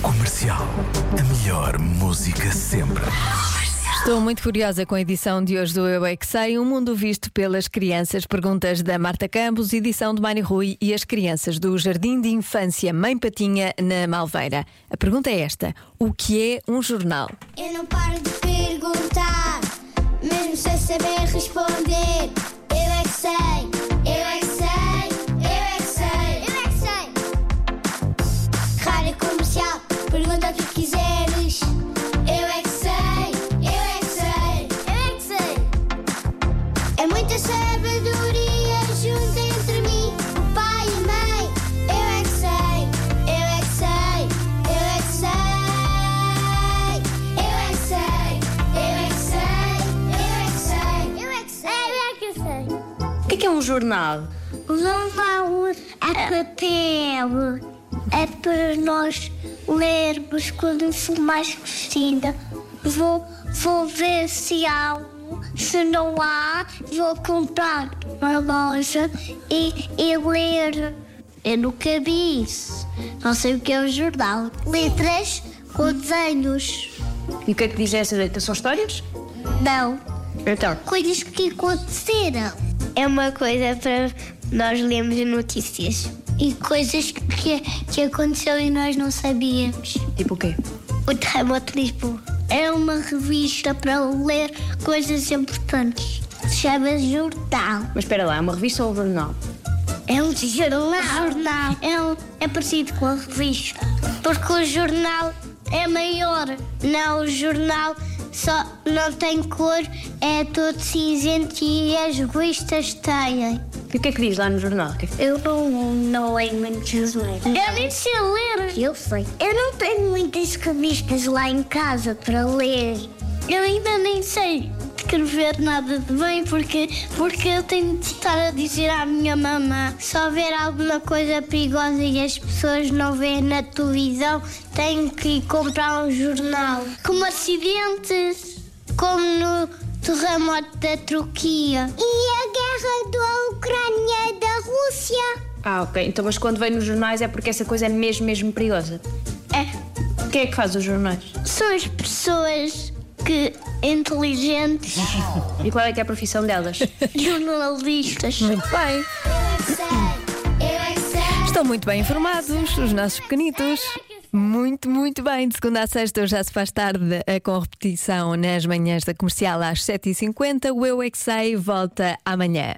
Comercial. A melhor música sempre. Estou muito curiosa com a edição de hoje do Eu é que Sei, um mundo visto pelas crianças. Perguntas da Marta Campos, edição de Mário Rui e as crianças do Jardim de Infância Mãe Patinha na Malveira. A pergunta é esta: o que é um jornal? Eu não paro de perguntar, mesmo sem saber responder. Eu é que sei, eu é que sei, eu é que sei, eu é que sei. Rádio comercial, pergunta o que quiseres. Eu é que sei, eu é que sei, eu é que sei. É muita sabedoria junto entre mim, o pai e a mãe. Eu é que sei, eu é que sei, eu é que sei. Eu é que sei, eu é que sei, eu é que sei, eu é que sei. Eu é que sei. O que é, que é um jornal? Os andaus a papel é para nós lermos quando for mais crescida. Vou, vou ver se há um. Se não há, vou comprar na loja e, e ler. É Eu nunca vi isso. Não sei o que é um jornal. Letras com desenhos. E o que é que diz essa letra? São histórias? Não. Então. Coisas que aconteceram. É uma coisa para nós lermos notícias. E coisas que, que aconteceu e nós não sabíamos. Tipo o quê? O Terremoto de Lisboa. É uma revista para ler coisas importantes. Se chama Jornal. Mas espera lá, é uma revista ou um jornal? É um jornal. jornal. É, um- é parecido com a revista. Porque o jornal é maior. Não, o jornal só não tem cor, é todo cinzento e as revistas têm. E o que é que diz lá no jornal? O que é que- Eu não, não leio muitas ler. Eu nem sei ler. Eu sei. Eu não tenho muitas revistas lá em casa para ler. Eu ainda nem sei escrever nada de bem porque, porque eu tenho de estar a dizer à minha mamã se houver alguma coisa perigosa e as pessoas não veem na televisão, tenho que ir comprar um jornal. Como acidentes como no terremoto da Turquia. E a guerra da Ucrânia e da Rússia. Ah, ok. Então, mas quando vem nos jornais é porque essa coisa é mesmo, mesmo perigosa. É, Quem é que faz os jornais? são as pessoas que inteligentes, E qual é que é a profissão delas? jornalistas. Muito bem, é estão muito bem informados, os nossos pequenitos. Muito, muito bem. De segunda a sexta, hoje já se faz tarde eh, com repetição nas manhãs da comercial às 7h50. O Eu é que Sei volta amanhã.